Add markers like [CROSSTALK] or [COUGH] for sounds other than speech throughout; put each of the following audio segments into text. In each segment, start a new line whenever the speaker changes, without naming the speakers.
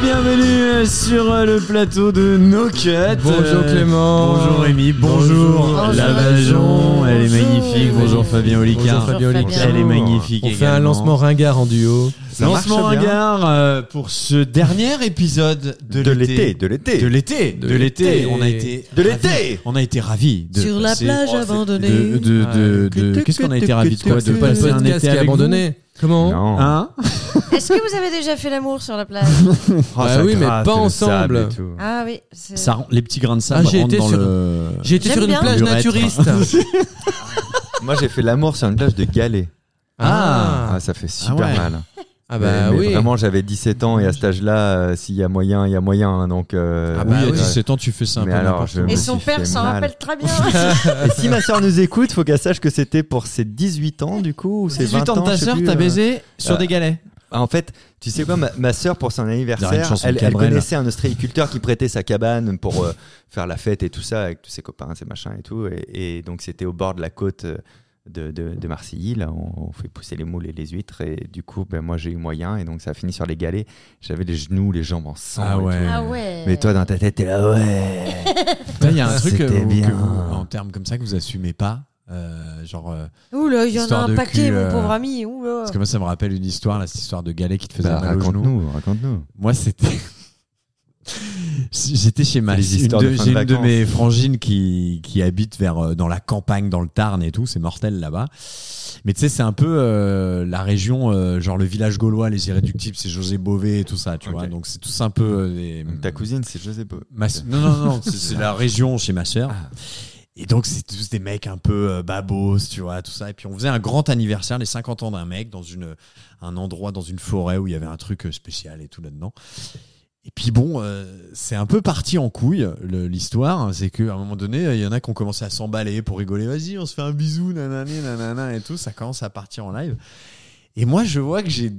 bienvenue sur le plateau de No Cut.
Bonjour Clément.
Bonjour Rémi. Bonjour,
Bonjour.
la Bajon. Elle est magnifique. Bonjour Fabien Olicard.
Bonjour, Fabien Olicard.
Elle est magnifique
On fait
également.
un lancement ringard en duo.
Ça
lancement
marche bien.
ringard euh, pour ce dernier épisode de,
De l'été, de l'été.
De l'été.
De
De l'été.
l'été.
On a été.
De l'été
On a été ravis. De
Sur la
passer-
plage
Oh, c'est-
abandonnée.
de- de- de- de-
Ouais.
Qu'est-ce qu'on a été ravis de quoi De
C'est pas le
passer un
podcast
été
qui est
avec vous
abandonné. Comment
Non.
Hein
Est-ce que vous avez déjà fait l'amour sur
[LAUGHS]
la plage
Oh,
Ah
ça
oui, mais
gratte
pas
le
ensemble.
sable et tout.
Ah oui. c'est-
Ça rend- les petits grains de
Ah,
sable
j'ai
rentrent
été
dans
sur-
le.
J'ai été
J'aime
sur une
bien.
plage
L'urètre.
naturiste.
[LAUGHS]
Moi, j'ai fait l'amour sur une plage de Galets.
ah.
bah
Ah, ça fait super
ouais.
mal.
Ah bah
mais, mais
oui.
Vraiment, j'avais 17 ans et à cet âge-là, euh, s'il y a moyen, il y a moyen. hein, Donc, euh,
Ah
oui,
bah
à [LAUGHS]
oui.
17 ans, tu fais ça un
Mais
peu
alors,
n'importe
je
où.
me
Et
suis
son
fait
père s'en
mal.
rappelle très bien.
Et si ma soeur nous écoute, faut qu'elle sache que c'était pour ses 18 ans, du coup, ou ses
18
20
ans de ta
je sais
sœur,
plus,
t'as
euh.
baisé sur
euh,
des galets.
Ah, En fait, tu sais quoi, ma, ma sœur, pour son
Dernière
anniversaire,
chanson de
elle, elle
Cabrel.
connaissait un ostréiculteur qui prêtait sa cabane pour euh, faire la fête et tout ça, avec tous ses copains, ses machins et tout. Et, et donc, c'était au bord de la côte euh, de, de, de Marcilly. Là, on, on fait pousser les moules et les huîtres. Et du coup, ben, moi, j'ai eu moyen. Et donc, ça a fini sur les galets. J'avais les genoux, les jambes en sang. et tout.
Ah ouais.
Mais toi, dans ta tête, t'es là, ouais.
Là, Il y a un truc euh, que
C'était
vous-
bien.
que vous- en termes comme ça que vous assumez pas. euh, genre, euh,
Oula, il y en a
Histoire de
un paquet,
cul,
mon
euh,
pauvre ami. Oula.
parce que moi, ça me rappelle une histoire, là, cette histoire de galet qui te faisait
Bah,
mal au genou.
raconte-nous, raconte-nous.
Moi, c'était. [LAUGHS] J'étais chez ma
les
une
histoires
de,
de fin de
j'ai une de
vacances.
mes frangines qui, qui habite vers euh, dans la campagne, dans le Tarn et tout, c'est mortel là-bas. Mais tu sais, c'est un peu euh, la région, euh, genre le village gaulois, les irréductibles, c'est José Bové et tout ça, tu
Ok.
vois. Donc c'est tous un peu euh, des-
Donc, ta cousine, c'est José Beau.
Ma s- Non, non, non, c'est- c'est la région chez ma sœur. Et donc, c'est tous des mecs un peu euh, babos, tu vois, tout ça. Et puis, on faisait un grand anniversaire, les 50 ans d'un mec, dans une, un endroit, dans une forêt où il y avait un truc euh, spécial et tout là-dedans. Et puis, bon, euh, c'est un peu parti en couille, le- l'histoire. Hein, C'est qu'à un moment donné, euh, il y en a qui ont commencé à s'emballer pour rigoler. Vas-y, on se fait un bisou, nanani, nanana, et tout. Ça commence à partir en live. Et moi, je vois que j'ai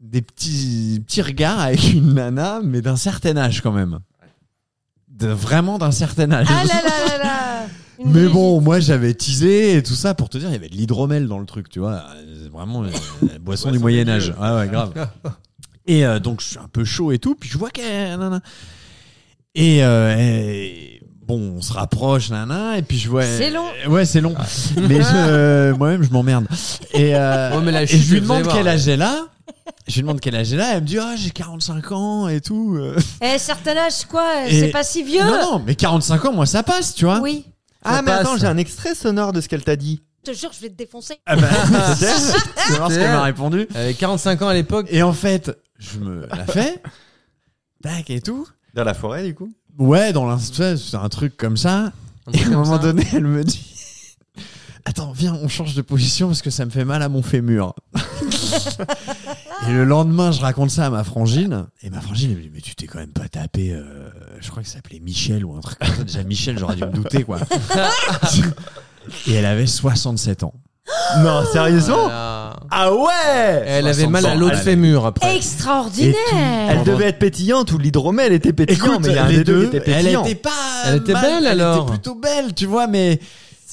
des petits, petits regards avec une nana, mais d'un certain âge quand même. De, vraiment d'un certain âge.
Ah là là là
[LAUGHS]
là. Une
Mais
Brigitte.
bon, moi j'avais teasé et tout ça pour te dire, il y avait de l'hydromel dans le truc, tu vois. Euh, Vraiment, euh, la boisson du Moyen-Âge. Ah Ouais, ouais, grave. Et euh, donc je suis un peu chaud et tout, puis je vois qu'elle. nanana. Et, euh, et- bon, on se rapproche, nana, et puis je vois. euh,
C'est long.
Ouais, c'est long. [LAUGHS] Mais je- euh, moi-même, je m'emmerde. Et, euh,
Ouais, mais la
et
chute,
je lui
vous allez
demande
voir.
quel âge elle a. Je lui demande quel âge elle a. Elle me dit, ah, j'ai 45 ans et tout. Euh,
Eh, certain âge, quoi.
Et-
C'est pas si vieux.
Non, hein. non, mais 45 ans, moi, ça passe, tu vois.
Oui.
Ah, mais
passe.
attends, j'ai un extrait sonore de ce qu'elle t'a dit.
Je te jure, je vais te défoncer.
Ah bah, c'est voir ce qu'elle m'a répondu.
Elle avait 45 ans à l'époque.
Et en fait, je me la fais. Tac et tout.
Dans la forêt, du coup
Ouais, dans l'instant, c'est un truc comme ça. [LAUGHS] Et à un moment donné, elle me dit [LAUGHS] Attends, viens, on change de position parce que ça me fait mal à mon [LAUGHS] fémur. et le lendemain, je raconte ça à ma frangine. Et ma frangine, elle me dit Mais tu t'es quand même pas tapé. euh, je crois que ça s'appelait Michel ou un truc comme ça. Déjà, Michel, j'aurais dû me douter, [LAUGHS] quoi. et elle avait 67 ans.
Non, sérieusement
Voilà.
Ah ouais
Elle avait
60
mal à
ans,
l'autre
elle-
fémur après.
Extraordinaire.
Elle devait être pétillante ou l'hydromel était pétillant, mais il y a un
les
des deux, qui était
elle
pétillant.
était pas.
Elle était
mal,
belle,
elle
alors.
était plutôt belle, tu vois, mais.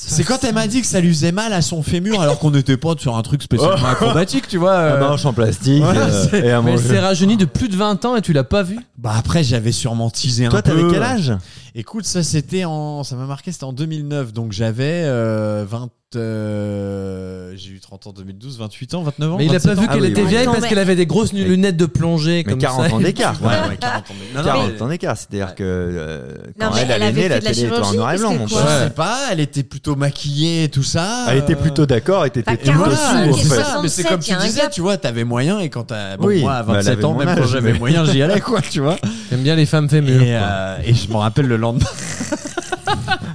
C'est quand elle m'a dit que ça lui faisait mal à son fémur alors qu'on était pas sur un truc
[LAUGHS]
spécialement acrobatique, tu vois.
Un
euh.
manche en plastique
Voilà,
euh,
c'est-
et un
Mais elle
manche-
s'est rajeunie de plus de 20 ans et tu l'as pas vue
Bah après j'avais sûrement teasé un
Toi,
peu.
t'avais quel âge
Écoute, ça c'était en, ça m'a marqué, c'était en 2009, donc j'avais euh, 20, euh, j'ai eu 30 ans en 2012, 28 ans, 29 ans.
Mais il a
27
pas vu
ans.
Ah
qu'elle
oui,
était
oui.
vieille
Attends,
parce
mais-
qu'elle avait des grosses lunettes de plongée
Mais
comme
40
ça. [LAUGHS]
ans d'écart.
Ah Ouais, ouais, 40 ans. Non, non,
40
mais-
ans d'écart, c'est-à-dire que euh, quand
Non, mais
elle,
elle
est
avait
née,
fait
la
de la
télé était en
chirurgie,
noir et blanc,
parce
mon
que
Je
quoi.
pote.
sais pas, elle était plutôt maquillée et tout ça.
Elle était
euh,
plutôt d'accord, elle était
Pas
plutôt
45,
sourd, en
et
fait.
60.
mais c'est comme
67,
tu
il y a un
disais,
gap.
tu vois, t'avais moyen et quand t'as. Bon,
Oui,
moi, à
bah, elle
27
avait
ans,
mon
même
âge,
quand j'avais
mais-
moyen, j'y allais, quoi, tu
[LAUGHS]
vois.
J'aime bien les femmes
Et,
fémurs. quoi.
euh, et je me rappelle le lendemain.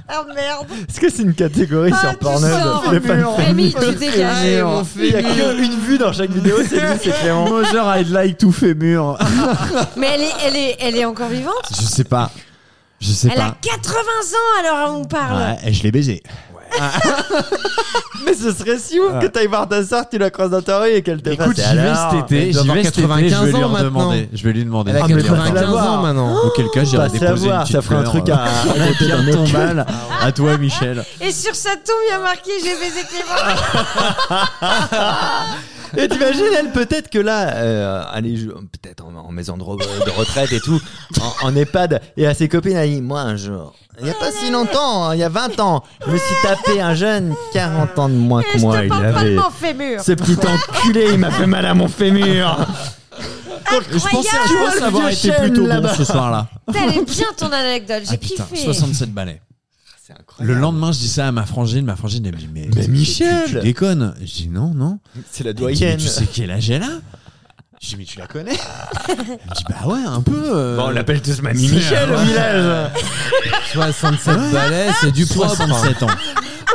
Ah merde.
Est-ce que c'est une catégorie
Ah,
sur
tu
Pornhub
sors,
les
tu
fans
sors.
films
Rémi, tu
Le
dégages.
fémur.
Allez, mon
Il y a qu'une vue dans chaque vidéo, c'est lui, [LAUGHS] c'est Clément.
Mother, I'd like to fémur.
Mais elle est, elle est, elle est encore vivante.
[LAUGHS] Je sais pas. Je sais
Elle a
pas.
80 ans à l'heure où on parle.
Ouais, et je l'ai baisé.
Mais ce serait si ouf que t'ailles voir ta soeur, tu la croises dans ta rue et qu'elle te fasse.
Écoute, j'y vais
Alors,
cet été.
elle doit
J'y
avoir
vais cet été. Je
95
vais lui
ans
redemander.
maintenant.
Je vais lui demander.
Elle a
Ah, mais pas
95
savoir.
ans maintenant.
Auquel cas, j'irai
Pas
déposer une
savoir,
petite
ça ferait un
fleur,
truc
euh,
à [LAUGHS] à raconter
Pierre
dans nos culs.
Tombal, à toi, Michel.
Et sur sa tombe, il y a marqué J'ai baisé Clément.
Et t'imagines, elle, peut-être que là, euh, allez, je- peut-être en, en maison de, re- de retraite et tout, en, en EHPAD, et à ses copines, elle dit Moi, un jour, il n'y a pas si longtemps, hein, il y a 20 ans, je me suis tapé un jeune 40 ans de moins
Et
que
je
moi.
te
Il
parle pas de
avait.
mon fémur.
Ce petit enculé, il m'a fait mal à mon fémur.
Je pensais, je
vois
pensais
le
avoir
vieux
été
chêne,
plutôt bon
là-bas.
ce soir-là.
Putain, elle est bien ton anecdote, j'ai
Ah, putain,
kiffé.
67 balais.
C'est
Le
incroyable.
lendemain, je dis ça à ma frangine. Ma frangine, elle me dit Mais,
Mais
tu-
Michel
tu, déconnes Je dis Non, non.
C'est la
Elle me dit, Mais
doyenne.
tu sais quel âge elle a Je dis Mais tu la connais Elle me dit Bah ouais, un peu. euh,
Bon, on l'appelle tous Mamie
c'est-
Michel au
ouais.
village.
67 balais, c'est du propre.
67 ans.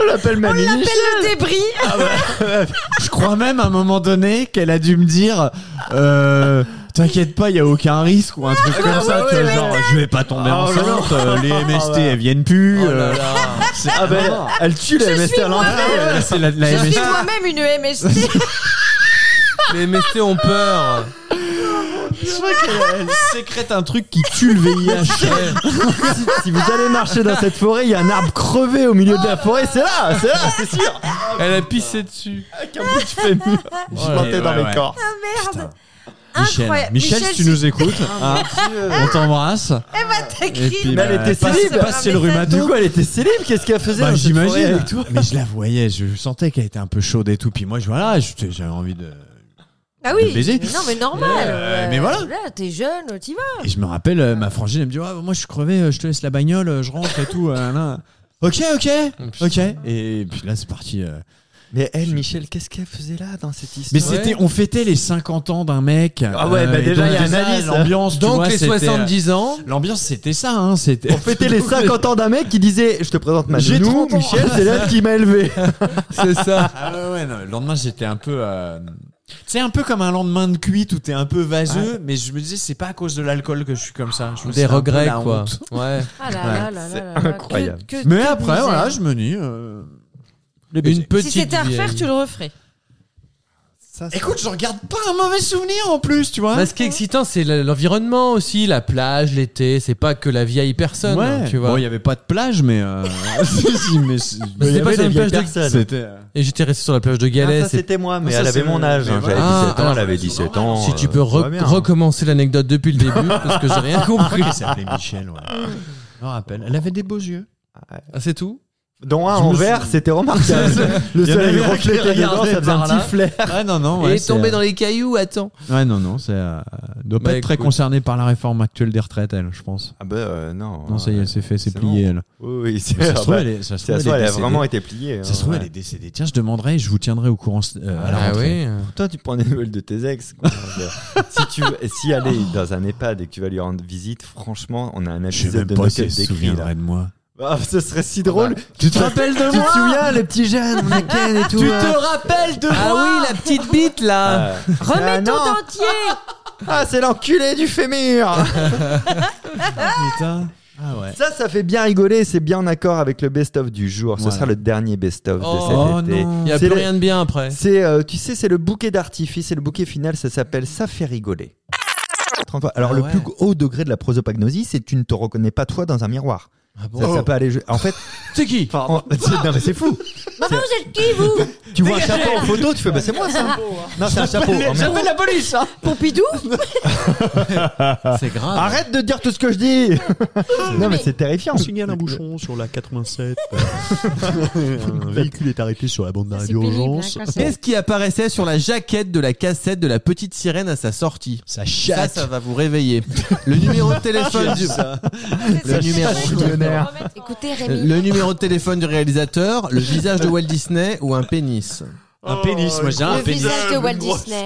On l'appelle Mamie
Appelle
Michel.
le débris.
Je crois même à un moment donné qu'elle a dû me dire euh, T'inquiète pas, il a aucun risque ou un truc comme ça. tu vois, genre, je vais pas tomber
Oh, mais non.
enceinte, euh, les MST,
Oh, ouais.
elles viennent plus.
Oh
euh,
là là.
c'est-
Ah ben,
non, non.
elle tue la MST à l'entrée.
Ah, c'est la, la
Je suis
MST.
moi-même
[LAUGHS]
une MST.
Les MST ont peur.
Je crois qu'elle elle sécrète un truc qui tue le VIH.
[LAUGHS] si, si vous allez marcher dans cette forêt, il y a un arbre crevé au milieu de la forêt. C'est là, c'est là, [LAUGHS] c'est sûr.
Elle a pissé dessus.
Avec un bout de fémur. Je mentais
ouais,
dans mes
ouais.
corps.
Merde.
Michel,
Incroyable.
Michel, si tu nous
[LAUGHS]
écoutes, hein,
Ah.
on t'embrasse. bah,
Elle va t'écrire.
Mais elle était
passe-
célib.
passe chez le rhumato.
Du coup, elle était célèbre. Qu'est-ce qu'elle faisait
Bah,
dans cette forêt
j'imagine.
avec toi
Mais je la voyais, je sentais qu'elle était un peu chaude et tout. Puis moi, je, voilà, je- j'avais envie de.
Ah
de
oui.
baiser.
mais Non, mais normal.
Euh,
euh,
mais voilà.
Là, t'es jeune, oh, t'y vas.
Et je me rappelle, euh, ma frangine, elle me dit Ah, Moi, je suis crevé, euh, je te laisse la bagnole, euh, je rentre et tout. euh, là, là. Ok, ok, ok. Et puis là, c'est parti. euh.
Mais elle, Michel, qu'est-ce qu'elle faisait là dans cette histoire
Mais
Ouais.
c'était, on fêtait les 50 ans d'un mec. euh,
Ah ouais, bah
et
déjà,
donc,
il y a un indice, hein.
L'ambiance, tu
Donc
vois,
les
c'était, euh,
70 ans.
L'ambiance, c'était ça, hein. C'était.
On fêtait
[LAUGHS]
les 50 ans d'un mec qui disait Je te présente ma
J'ai
nounou,
30 ans.
Michel, c'est l'elle qui m'a élevé.
C'est ça.
Ah ouais, ouais, non, le lendemain j'étais un peu. euh, C'est un peu comme un lendemain de cuite où t'es un peu vaseux, mais je me disais c'est pas à cause de l'alcool que je suis comme ça. Je me
[LAUGHS] Des
dis, c'est un peu
regrets,
la
quoi. [LAUGHS]
honte.
Ouais.
Ah là là là là
c'est
là là, que-
incroyable.
que-
Mais
que
après
misère.
voilà, je me dis. euh, les
Une
baisers.
petite.
Si c'était à refaire,
vieille.
tu le referais.
ah,
Écoute, j'en garde pas un mauvais souvenir en plus, tu vois.
Bah, ce qui est excitant, c'est le- l'environnement aussi, la plage, l'été. C'est pas que la vieille personne,
ouais.
tu vois.
Bon, il y avait pas de plage, mais. [LAUGHS] euh, si, si, mais c'est- il y
Mais c'était pas
avait
sur
des
une
vieilles
plage de-
personnes. C'était. euh,
Et j'étais resté sur la plage de Galets.
Ah, ça,
c'est-
c'était moi, mais
Ça,
elle
c'est
avait mon
le-
âge.
mais
hein. J'avais
voilà.
Ah,
17 ans,
alors,
elle avait
c'est
17
normal.
ans.
si tu
euh,
peux
tout va
re-
hein.
bien.
recommencer l'anecdote depuis le début, parce que j'ai rien
[LAUGHS]
compris.
Elle Ah, s'appelait Michel, ouais. Je me rappelle. Elle avait des beaux yeux.
Ah, c'est tout
Dont un
Je me
en
suis-
vert,
[LAUGHS]
c'était remarquable. Le
Il y en
soleil
avait un qui
reflétait dedans,
regardait
ça faisait un
par là.
petit flair.
Ouais, non, non. ouais,
Et
c'est,
tomber
euh,
dans les cailloux, attends.
Ouais, non, non, c'est. euh, doit pas
Bah,
être très
écoute.
concernée par la réforme actuelle des retraites, elle, je pense.
Ah bah euh, non.
Non, ça y est, c'est fait, c'est
c'est
plié, elle.
Oui, oui,
Mais
c'est
ça se trouve,
bah,
elle est- ça se
c'est à
trouve,
soi,
elle est
elle a
décédée.
vraiment été pliée. hein,
Ça se trouve,
ouais.
elle est décédée. Tiens, je demanderai et je vous tiendrai au courant euh, à la
Ah
rentrée.
oui.
Toi, tu prends des nouvelles de tes
[LAUGHS]
ex. quoi. si tu si elle est dans un EHPAD et que tu vas lui rendre visite, franchement, on a un
Je sais
épisode
même
de
pas
nos
si elle se Ah bah.
d'écrit. Ah,
souviendrait de moi.
ce serait si drôle.
[LAUGHS] Tu te rappelles de
Tu te souviens, les petits jeunes,
[LAUGHS]
on a Ken et tout. Tu
rappelles de euh, Ah oui, la petite bite là
Remets
Ah,
ton
non.
dentier.
[LAUGHS]
Ah, c'est l'enculé du fémur.
Putain. Ah ouais.
Ça, ça fait bien rigoler. C'est bien en accord avec le best-of du jour. Ce
Voilà.
sera le dernier best-of
Oh,
Oh
de cet été.
non.
Il n'y a
C'est
plus
le-
rien de bien après.
C'est, euh, tu sais, c'est le bouquet d'artifice et le bouquet final, ça s'appelle Ça fait rigoler. 33. Alors,
Ah
le
ouais.
plus haut degré de la prosopagnosie, c'est tu ne te reconnais pas toi dans un miroir.
Ah bon
Ça,
Oh.
ça peut aller. ju- En fait,
C'est qui
[LAUGHS]
on- c'est [LAUGHS] non, mais c'est fou.
Maman, vous êtes qui, vous
Tu vois un chapeau en photo, tu fais, bah, c'est moi ça. Non, c'est un chapeau. Oh, En même-
la police
[LAUGHS]
Pompidou
C'est grave.
Arrête de dire tout ce que je dis. Non, mais
mais-
c'est terrifiant.
signale un [LAUGHS] bouchon sur la 87. un véhicule est arrêté sur la bande
Ça, c'est pénible, hein, quand c'est-
Qu'est-ce qui apparaissait sur la jaquette de la cassette de la petite sirène à sa sortie
Ça
Ça,
chatte.
ça va vous réveiller. Le numéro de téléphone du
C'est ça,
numéro
c'est ça,
millionnaire.
je dois remettre- Écoutez, Rémi.
le numéro de téléphone du réalisateur, le visage de Walt Disney ou un pénis.
Un pénis, moi j'ai un
le
Ah, pénis.
visage de
[LAUGHS]
Walt Disney.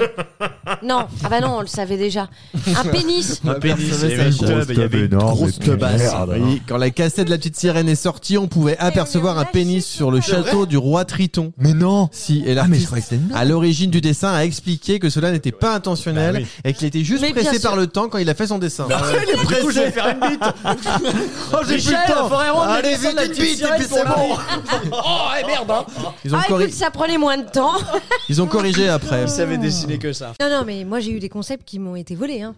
Non, ah bah non, on le savait déjà. Un
[LAUGHS]
pénis.
Un pénis, il
Personne
y avait une
savait.
teub, il y avait une
Énorme,
grosse
Oh, mais
teubasse.
merde.
Oui, quand la cassette de la petite sirène est sortie, on pouvait apercevoir un pénis sur le château du roi Triton.
Mais non.
Si, et
Ah, mais je
l'artiste
croyais que c'était une blague.
à l'origine du dessin a expliqué que cela n'était pas intentionnel
Bah oui.
et qu'il était juste
Mais bien
pressé
sûr. Ah,
par le temps quand il a fait son dessin.
Il est pressé. faire
[LAUGHS]
une bite. oh, j'ai plus le temps. Allez, vite, une bite, et puis c'est bon.
[LAUGHS] Oh,
Ils ont,
Ah
corri-
écoute, euh, ça prenait moins de temps. [LAUGHS]
Ils ont corrigé après.
savait dessiner que ça.
Non, non, mais moi j'ai eu des concepts qui m'ont été volés. Hein.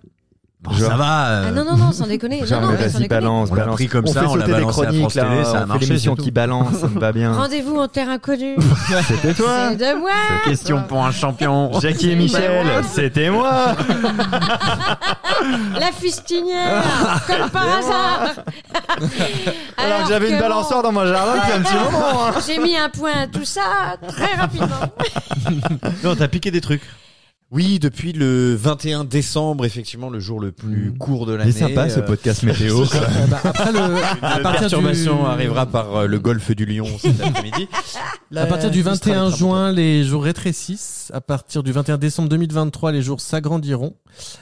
Bon, ça va. euh,
Ah non, non, non, sans déconner.
Genre,
non, non,
mais
mais sans
vas-y,
déconner.
balance,
On l'a
balance.
pris comme ça,
fait
on l'a
sauter des
balancé à
chroniques,
France
là,
Télé, ça a
on fait
marché,
l'émission
c'est
qui
tout.
balance, ça me va bien.
Rendez-vous en terre inconnue.
C'était toi
C'est de moi.
Question pour un
[LAUGHS]
champion.
Jackie et Michel, c'était moi
La
[LAUGHS]
fustinière. comme par hasard.
Alors, que j'avais une
que
balançoire dans mon jardin depuis un petit moment. hein.
bon, J'ai mis un point à tout ça très rapidement.
[LAUGHS]
Non, t'as piqué des trucs.
Oui, depuis le 21 décembre, effectivement, le jour le plus court de l'année.
C'est sympa ce
euh, [LAUGHS]
podcast météo.
Euh, bah, après le, à
La
partir
perturbation
du...
arrivera par euh, le golfe du Lion cet après-midi.
À partir du
La- [LAUGHS]
21 juin, les jours rétrécissent. À partir du 21 décembre 2023, les jours s'agrandiront.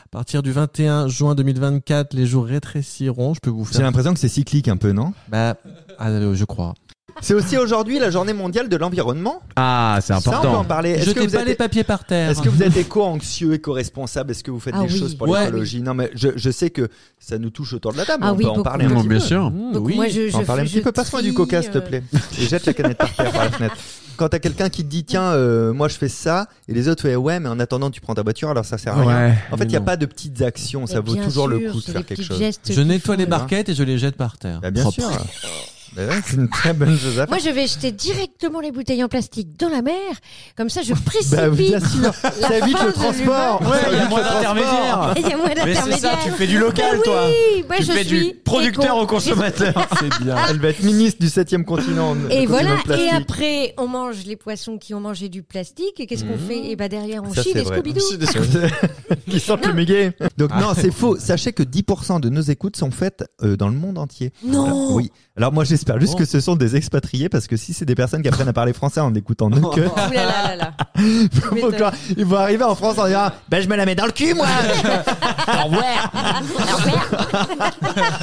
À partir du 21 juin 2024, les jours rétréciront. Je peux vous
J'ai
faire.
l'impression que c'est cyclique un peu, non
Bah, ah, euh, je crois.
C'est aussi aujourd'hui la journée mondiale de l'environnement.
Ah, c'est
Ça, on peut en
important.
parler. Est-ce que,
Jetez
vous
pas les
êtes...
papiers par terre.
est-ce que vous êtes éco-anxieux, éco-responsable Est-ce que vous faites
Ah
des
oui.
choses pour
Ouais.
l'écologie Non, mais je, je sais que ça nous touche autour de la table.
Ah
on
oui,
peut en
beaucoup.
parler un
Non,
petit peu.
Mmh,
Donc
oui.
moi, je,
On
je
peut en parler un
je
petit peu. Passe-moi du
trie,
coca, s'il te
euh,
plaît. Et jette la canette par terre par la fenêtre. Quand t'as quelqu'un qui te dit tiens euh, moi je fais ça et les autres ouais ouais mais en attendant tu prends ta voiture alors ça sert à rien. En fait
Mais
il n'y a
non.
pas de petites actions ça
Mais
vaut
bien
toujours le
sûr,
coup de
c'est
faire
des
quelque
petits
chose.
gestes
Je
qui
nettoie
font,
les
là.
barquettes et je les jette par terre.
Bah, bien
Propre.
sûr. Bah ouais, c'est une très bonne chose à faire.
Moi, je vais jeter directement les bouteilles en plastique dans la mer. Comme ça, je
Bah,
précipite.
bien sûr,
la
ça évite
fin
le
de
transport.
l'humain.
Ça évite le transport.
Et il y a moins
Mais c'est ça,
d'intermédiaires.
tu fais du local,
Mais
toi.
Oui, moi,
tu
je
fais
suis
du producteur
éco.
au consommateur.
C'est bien.
Elle va être ministre du 7e continent.
Et
continent
voilà, et
plastique.
après, on mange les poissons qui ont mangé du plastique, et qu'est-ce qu'on
Mhm.
fait Et bah derrière, on
Ça,
chie
c'est
des
vrai.
Scooby-Doo.
[LAUGHS] Ils sentent le muguet. Donc non, c'est faux. Sachez que 10% de nos écoutes sont faites euh, dans le monde entier.
Non.
Ah, Oui. Alors moi, j'espère juste
Bon.
que ce sont des expatriés parce que si c'est des personnes qui apprennent à parler français en écoutant nos queues,
Ouh là là là là.
faut quoi, ils vont arriver en France en disant Ah, ben je me la mets dans le cul moi.
[LAUGHS]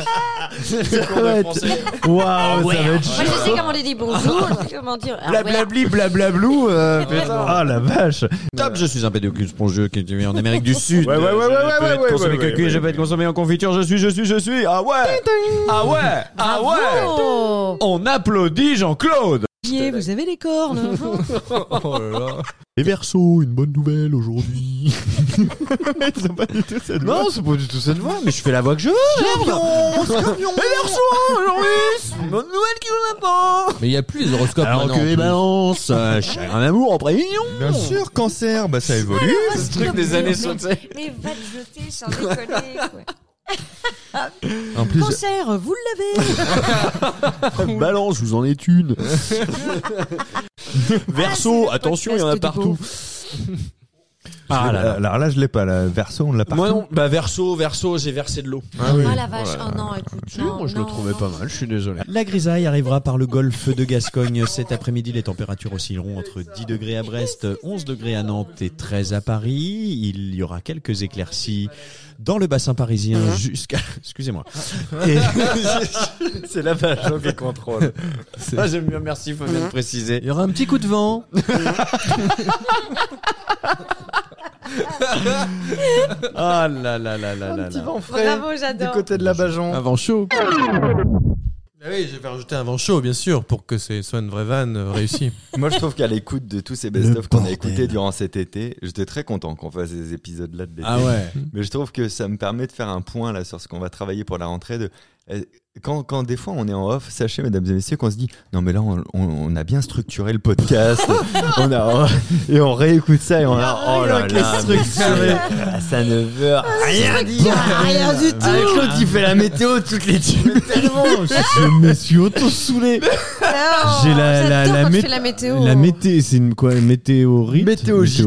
Ça va être- Waouh, ça va être
Moi, je sais comment on les dit
[LAUGHS]
bonjour, je sais comment dire. Ah, ouais.
blablabli blablablou. euh, putain. Ah la vache.
Top, je suis un pédocule spongieux qui est en Amérique du Sud.
Ouais, ouais, ouais,
Je ne
ouais, ouais,
peux
ouais,
être
ouais,
consommé
ouais,
que
ouais,
cuit,
ouais,
je peux
ouais.
être consommé en confiture, je suis, je suis, je suis. Ah ouais Ah ouais Ah ouais
Bravo
On applaudit Jean-Claude
Olivier, Vous avez
[LAUGHS]
les cornes.
Les versos, une bonne nouvelle
[LAUGHS]
aujourd'hui.
[LAUGHS] Ils ont pas du tout cette voix.
Non, c'est pas du tout cette voix, mais je fais la voix que je veux. aujourd'hui, bonne nouvelle qui vous attend.
Mais il n'y a plus les horoscopes
Alors
maintenant,
que eh
en
les
plus.
balances, euh,
[LAUGHS]
chère un amour en prévision.
Bien sûr, cancer, bah ça évolue.
Ce
truc des années 60.
Mais va te jeter sans déconner. quoi.
En plus,
Cancer, vous l'avez.
Balance, vous en êtes une.
Ah, c'est
Verso,
Ah, le
attention, il y en a
podcast du
partout. Ah là là.
Alors là, je l'ai pas, la verso, on l'a pas.
Moi non, bah verso, verso, j'ai versé de l'eau.
Ah oui.
Oh la vache, oh non, écoute. non, non, non.
mal, je suis désolé. La grisaille arrivera par le golfe de Gascogne cet après-midi. Les températures oscilleront entre 10 degrés à Brest, 11 degrés à Nantes et 13 à Paris. Il y aura quelques éclaircies dans le bassin parisien jusqu'à... [LAUGHS] Excusez-moi. Hein Et- [LAUGHS] C'est la vache qui [LAUGHS] contrôle. Ah, J'aime bien, merci, faut bien le préciser.
Il y aura un petit coup de vent.
Ah là là là là là là.
Bravo, j'adore.
de la Bajon.
Un vent chaud. Ah oui, je vais rajouter un vent chaud, bien sûr, pour que ce soit une vraie vanne euh, réussie.
Moi, je trouve qu'à l'écoute de tous ces
Le
best-of qu'on a
bordel.
écoutés durant cet été, j'étais très content qu'on fasse ces épisodes-là de l'été.
Ah ouais.
Mais je trouve que ça me permet de faire un point là sur ce qu'on va travailler pour la rentrée. De... euh, Quand, quand des fois on est en off, sachez mesdames et messieurs qu'on se dit non mais là on, on- on a bien structuré
[LAUGHS]
le podcast, on a et on réécoute ça et on a oh là là structuré, ça ne veut
Ah,
rien dire.
Rien du tout.
Avec l'autre il fait la météo toutes les tubes.
Je me suis auto-soulé.
Non,
J'ai la- la-
j'adore
la
quand tu
mé-
fais la météo.
La météo, c'est une quoi une Euh, Météorite
Météorite.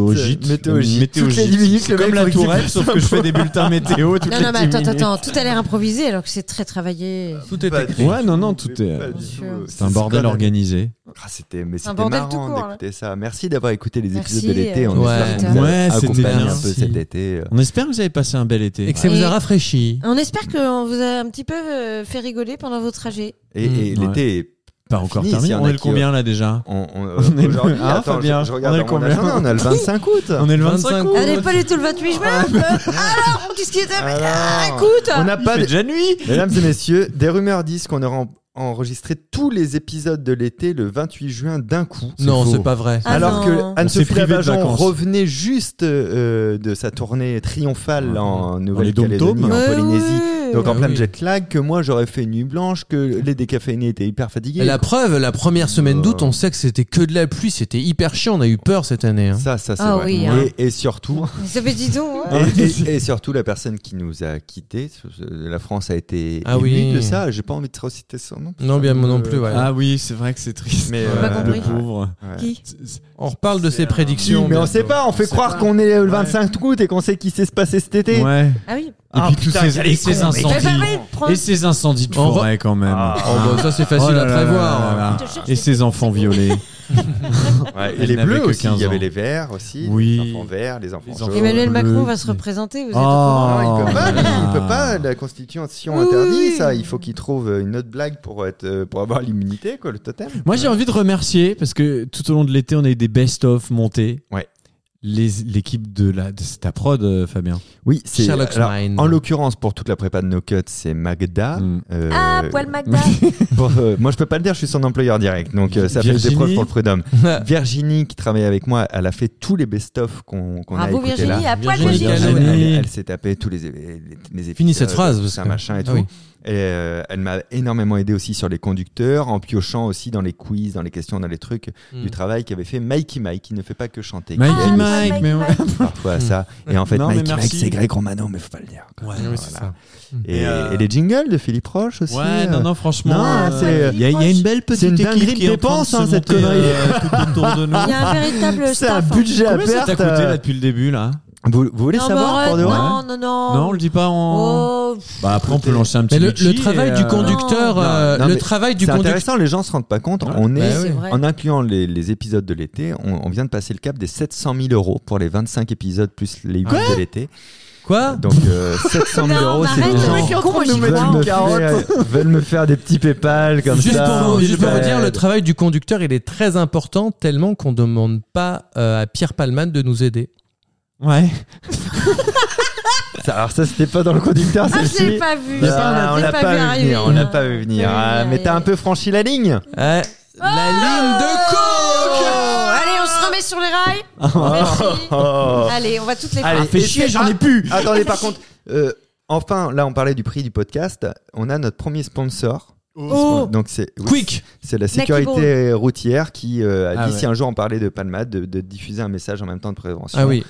Météorite.
Météorite.
Météorite.
Toutes les dix minutes,
C'est
le
comme
mec, faut
la
qu'il
tourette,
fasse
sauf que je fais des bulletins météo toutes
Non,
les
non, mais
dix
attends,
minutes.
attends, tout a l'air improvisé alors que c'est très travaillé.
[LAUGHS] Tout est
Pas
écrit.
du-
Ouais, non, non, tout est-
pas du tout,
Bien
euh,
C'est un
scandaleux.
bordel organisé.
Ah, c'était mais c'était
bordel tout
marrant
court,
d'écouter ça. Merci d'avoir écouté les
Merci,
épisodes de l'été.
euh,
On
Ouais.
espère que vous
Ouais,
avez
c'était
accompagné
bien.
un peu
Merci.
cet été. euh.
On espère que vous avez passé un bel été.
Et que ça vous a rafraîchi.
On espère qu'on vous a un petit peu euh, fait rigoler pendant vos trajets.
Et, et
Mm, ouais.
l'été est
Pas encore
Fini, s'il y
terminé.
en
On
a
est le
qui-
combien là déjà
On, on, euh,
On est le-
aujourd'hui,
Ah,
attends,
Fabien,
je, je regarde
on est
dans mon
combien
agenda, Ah,
[LAUGHS]
on a le 25 août.
On est le
25
25
Oh,
août.
Elle n'est pas du tout le 28 juin euh, Alors, qu'est-ce qui est
Alors,
Écoute
Ah, on n'a pas de...
déjà nuit
Mesdames et messieurs, des rumeurs disent qu'on aura en- enregistré tous les épisodes de l'été le 28 juin d'un coup.
Non,
faux.
c'est pas vrai.
Ah
Alors
non.
que
On s'est
Anne-Sophie
privé de
Lavageon
vacances.
revenait juste euh, de sa tournée triomphale
Ouais.
en
dom-toms.
Nouvelle-Calédonie, en
Mais
Polynésie,
oui.
donc
Ah
en
Bah
plein
oui.
jet lag, que moi j'aurais fait une nuit blanche, que les décaféinés étaient hyper fatigués.
Et la preuve, la première semaine d'août,
Euh.
on sait que c'était que de la pluie, c'était hyper chiant, on a eu peur cette année. hein.
Ça, ça c'est
Ah
vrai.
oui,
et,
hein.
et surtout,
Ça fait dis donc. hein.
et, [LAUGHS] et- et surtout la personne qui nous a quittés, ce- ce- la France a été
Ah
émue
oui.
de ça. J'ai pas envie de reciter son nom.
Non, bien moi non plus, ouais.
Ah oui, c'est vrai que c'est triste.
Mais,
J'ai pas
euh,
compris.
Le pauvre.
Ouais.
Qui
On reparle de ces
Si,
prédictions.
mais on
bientôt.
sait pas, on fait croire qu'on est le 25 août et qu'on sait qui s'est se passé cet été.
Ouais.
Ah oui.
Et puis tous ces, et ces
Mais
incendies.
pareil, Bah, prends-
Et ces incendies de
On re-
forêt quand même.
Ah,
Oh, bah, ça, c'est
Oh
facile
là
à
là
prévoir.
là là là.
Je cherche
Et ces enfants violés.
Ouais, et
Elle
les
n'avait
bleus
que
aussi,
15
il y avait
ans.
les verts aussi,
Oui.
les enfants verts, les enfants
Les
jaunes.
enfants
Emmanuel
Oh,
Macron
le
va se
petit.
représenter. Vous
Oh,
êtes au courant
Ah,
Non, il peut pas, lui,
là.
il peut pas, la constitution
Oui,
interdit
oui.
ça, il faut qu'il trouve une autre blague pour, être, euh, pour avoir l'immunité, quoi, le totem.
Moi, j'ai envie de remercier parce que tout au long de l'été, on a eu des best-of montés.
Ouais.
Les- L'équipe de la de c'est ta prod, euh, Fabien.
Oui, c'est
Sherlock's
alors,
Mind.
En l'occurrence, pour toute la prépa de No Cut, c'est Magda.
Mm.
Euh,
Ah, poil Magda.
[LAUGHS] pour- euh, moi, je peux pas le dire, je suis son employeur direct, donc euh, ça fait des
Virginie.
preuves pour le prud'homme. Virginie, qui travaille avec moi, elle a fait tous les best-of qu'on qu'on a
Ah, Bravo
écoutés là.
Virginie, à poil
Virginie
Virginie.
Gallo.
Elle, elle-
Virginie.
elle s'est tapée tous les, les, les épisodes.
Finis cette phrase, parce
C'est un
que-
machin et
Ah
tout.
oui.
Et euh, elle m'a énormément aidé aussi sur les conducteurs, en piochant aussi dans les quiz, dans les questions, dans les trucs
Mm.
du travail qu'avait fait Mikey Mike, qui ne fait pas que chanter.
Mikey
qui aide
Mike, mais ouais.
aussi Parfois à ça. Et en fait,
Non, mais
Mikey Mike,
merci.
c'est Greg Romano, mais faut pas le dire. quoi.
Oui, c'est
Voilà.
ça.
Et,
Et, euh,
et les jingles de Philippe Roche aussi. euh,
Ouais, non, euh. non, franchement.
Non,
euh,
c'est-
il y, a- il y a une belle petite
C'est une
équipe
dinguerie de
qui est en train
dépenses,
de se
hein, cette
monter,
[LAUGHS] connerie.
euh, tout autour [LAUGHS] de nous.
Il y
[LAUGHS]
a un véritable
C'est un
staff. hein.
budget à
Combien ça
perte. euh,
t'a coûté là depuis le début là hein
Vous, vous voulez
Non,
savoir
bah,
pour hein. de vrai
Non, non,
Oh.
non.
Non, on le dit pas en.
Oh,
Bah après on peut lancer un petit.
Mais le,
budget
le travail
et,
du
euh,
conducteur,
Non,
euh,
non,
le
mais
travail du
C'est
conducteur.
intéressant, les gens se rendent pas compte.
Ouais.
Bah On est
Bah oui, c'est vrai.
En incluant les, les épisodes de l'été, on, on vient de passer le cap des 700 000 euros pour les 25 épisodes plus les 8 de l'été.
Quoi
Donc euh, 700 000
Non,
euros,
mais
c'est
arrête,
les
le
gens
mec est en train de nous
qui
mettre
veulent
une
me, faire, [LAUGHS] veulent me faire des petits PayPal comme
Juste
ça.
pour vous,
on
juste pour vous
s'aide.
dire, le travail du conducteur, il est très important, tellement qu'on demande pas euh, à Pierre Palman de nous aider.
Ouais.
Ça- Alors ça, c'était pas dans le conducteur,
Ah, je l'ai
celle-ci.
pas vu.
Ah,
ça,
on
je l'ai
l'a
pas
pas,
vu
vu
arriver.
venir, on l'a pas vu venir.
Ah,
Ah, mais t'as un peu franchi la ligne.
Euh, la ligne de coke
Oh, Allez,
hein.
on se remet sur les rails. Merci.
Oh.
Allez, on va toutes les
Allez,
faire.
Fais chier, j'en ai plus.
Attendez, par contre, euh, enfin, là, on parlait du prix du podcast. On a notre premier sponsor.
Oh.
Donc c'est oui,
Quick
C'est la
Naki
sécurité routière qui euh, a
Ah
dit
ouais.
si un jour on parlait de palmade, de, de diffuser un message en même temps de prévention.
Ah oui.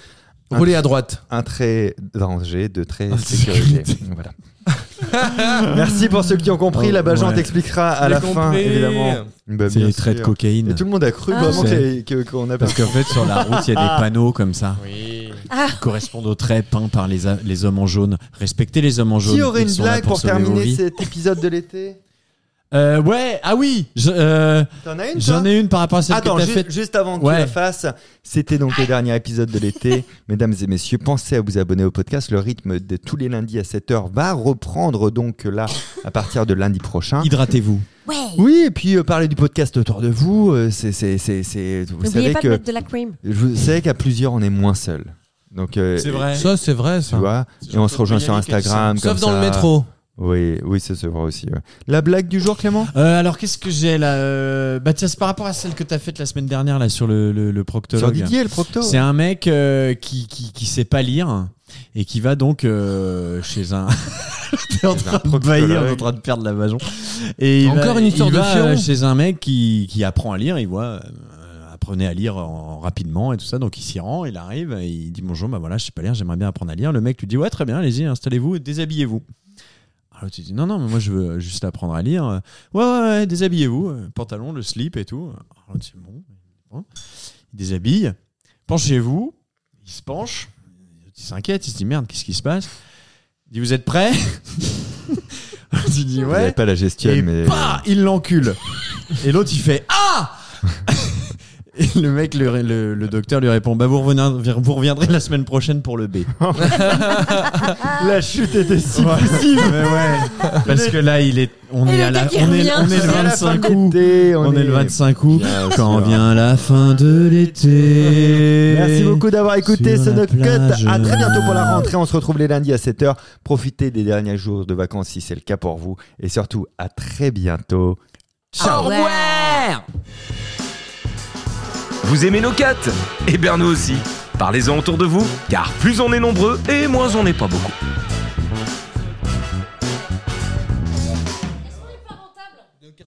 Rouler à droite.
Un trait danger, deux traits de sécurité. voilà. [LAUGHS] Merci pour ceux qui ont compris.
Oh,
la Bajan
ouais.
t'expliquera à
J'ai
la fin,
compris.
évidemment. Bah,
C'est
bien
les traits de
sûr.
cocaïne.
Et tout le monde a cru
Ah.
vraiment
C'est-
que- que- qu'on a
Parce qu'en fait, sur la route, il y a
Ah.
des panneaux comme ça
Oui.
qui correspondent aux traits peints par les, a- les hommes en jaune. Respectez les hommes en jaune.
Qui aurait
ils
une
sont là
blague pour,
sauver vos
terminer
vies.
cet épisode de l'été
Euh, ouais, ah oui, je- euh,
T'en as une toi Ah,
j'en ai une par rapport à celle
Attends,
que t'as
ju-
faite.
juste avant que
Ouais.
tu la fasses, c'était donc le dernier épisode de
[LAUGHS]
l'été. Mesdames et messieurs, pensez à vous abonner au podcast. Le rythme de tous les lundis à 7h va reprendre donc là à partir de lundi prochain.
Hydratez-vous.
Ouais.
Oui, et puis euh, parlez du podcast autour de vous. euh, c'est, c'est, c'est, c'est- vous
N'oubliez
savez
pas de
que
mettre de la cream.
je vous savez qu'à plusieurs on est moins seul. Donc euh,
C'est vrai.
Ça, c'est vrai,
Tu
ça.
vois, et on se rejoint sur Instagram.
Sauf
comme
dans le
ça.
métro.
Oui, oui, ça se voit aussi. ouais. La blague du jour, Clément
Euh, alors, qu'est-ce que j'ai là euh, Bah, tiens, c'est par rapport à celle que t'as faite la semaine dernière là sur le, le, le
Sur
proctologue.
Didier, le procto.
C'est un mec euh, qui, qui, qui sait pas lire et qui va donc euh, chez un. [LAUGHS] T'es en
Chez un
train de
proctologue.
baillir, t'es en train de perdre la vajon. Et il
Encore
va-
une histoire
il
de
va,
fion.
euh, chez un mec qui, qui apprend à lire, il voit. euh, apprenez à lire en- rapidement et tout ça donc il s'y rend il arrive et il dit bonjour bah voilà je sais pas lire j'aimerais bien apprendre à lire le mec lui dit ouais très bien allez-y installez-vous et déshabillez-vous alors tu dis non non mais moi je veux juste apprendre à lire ouais ouais, ouais déshabillez-vous Euh, pantalon le slip et tout alors tu dis bon il déshabille, penchez-vous, il se penche, il s'inquiète, il se dit merde, qu'est-ce qui se passe Il dit vous êtes prêts [LAUGHS] Tu dis
Vous avez
ouais,
pas la gestion,
et
mais
pah, il l'encule. Et l'autre il fait ah [LAUGHS] Et le mec, le, le- le docteur lui répond Bah, vous revenez- vous reviendrez la semaine prochaine pour le B.
[LAUGHS] La chute était si
Ouais. Mais ouais. Parce que là, il est, on
Et
est
le
à la,
gars qui
on est,
revient,
on est
tu
le
sais, à la
25 août. On, est le 25 août.
Bien
Quand
sûr.
vient la fin de l'été.
Merci beaucoup d'avoir écouté
Sur
ce
la
Note
plage.
Cut. À très bientôt pour la rentrée. On se retrouve les lundis à 7h. Profitez des derniers jours de vacances si c'est le cas pour vous. Et surtout, à très bientôt.
Au revoir
Vous aimez nos quatre Eh bien nous aussi. Parlez-en autour de vous, car plus on est nombreux et moins on n'est pas beaucoup.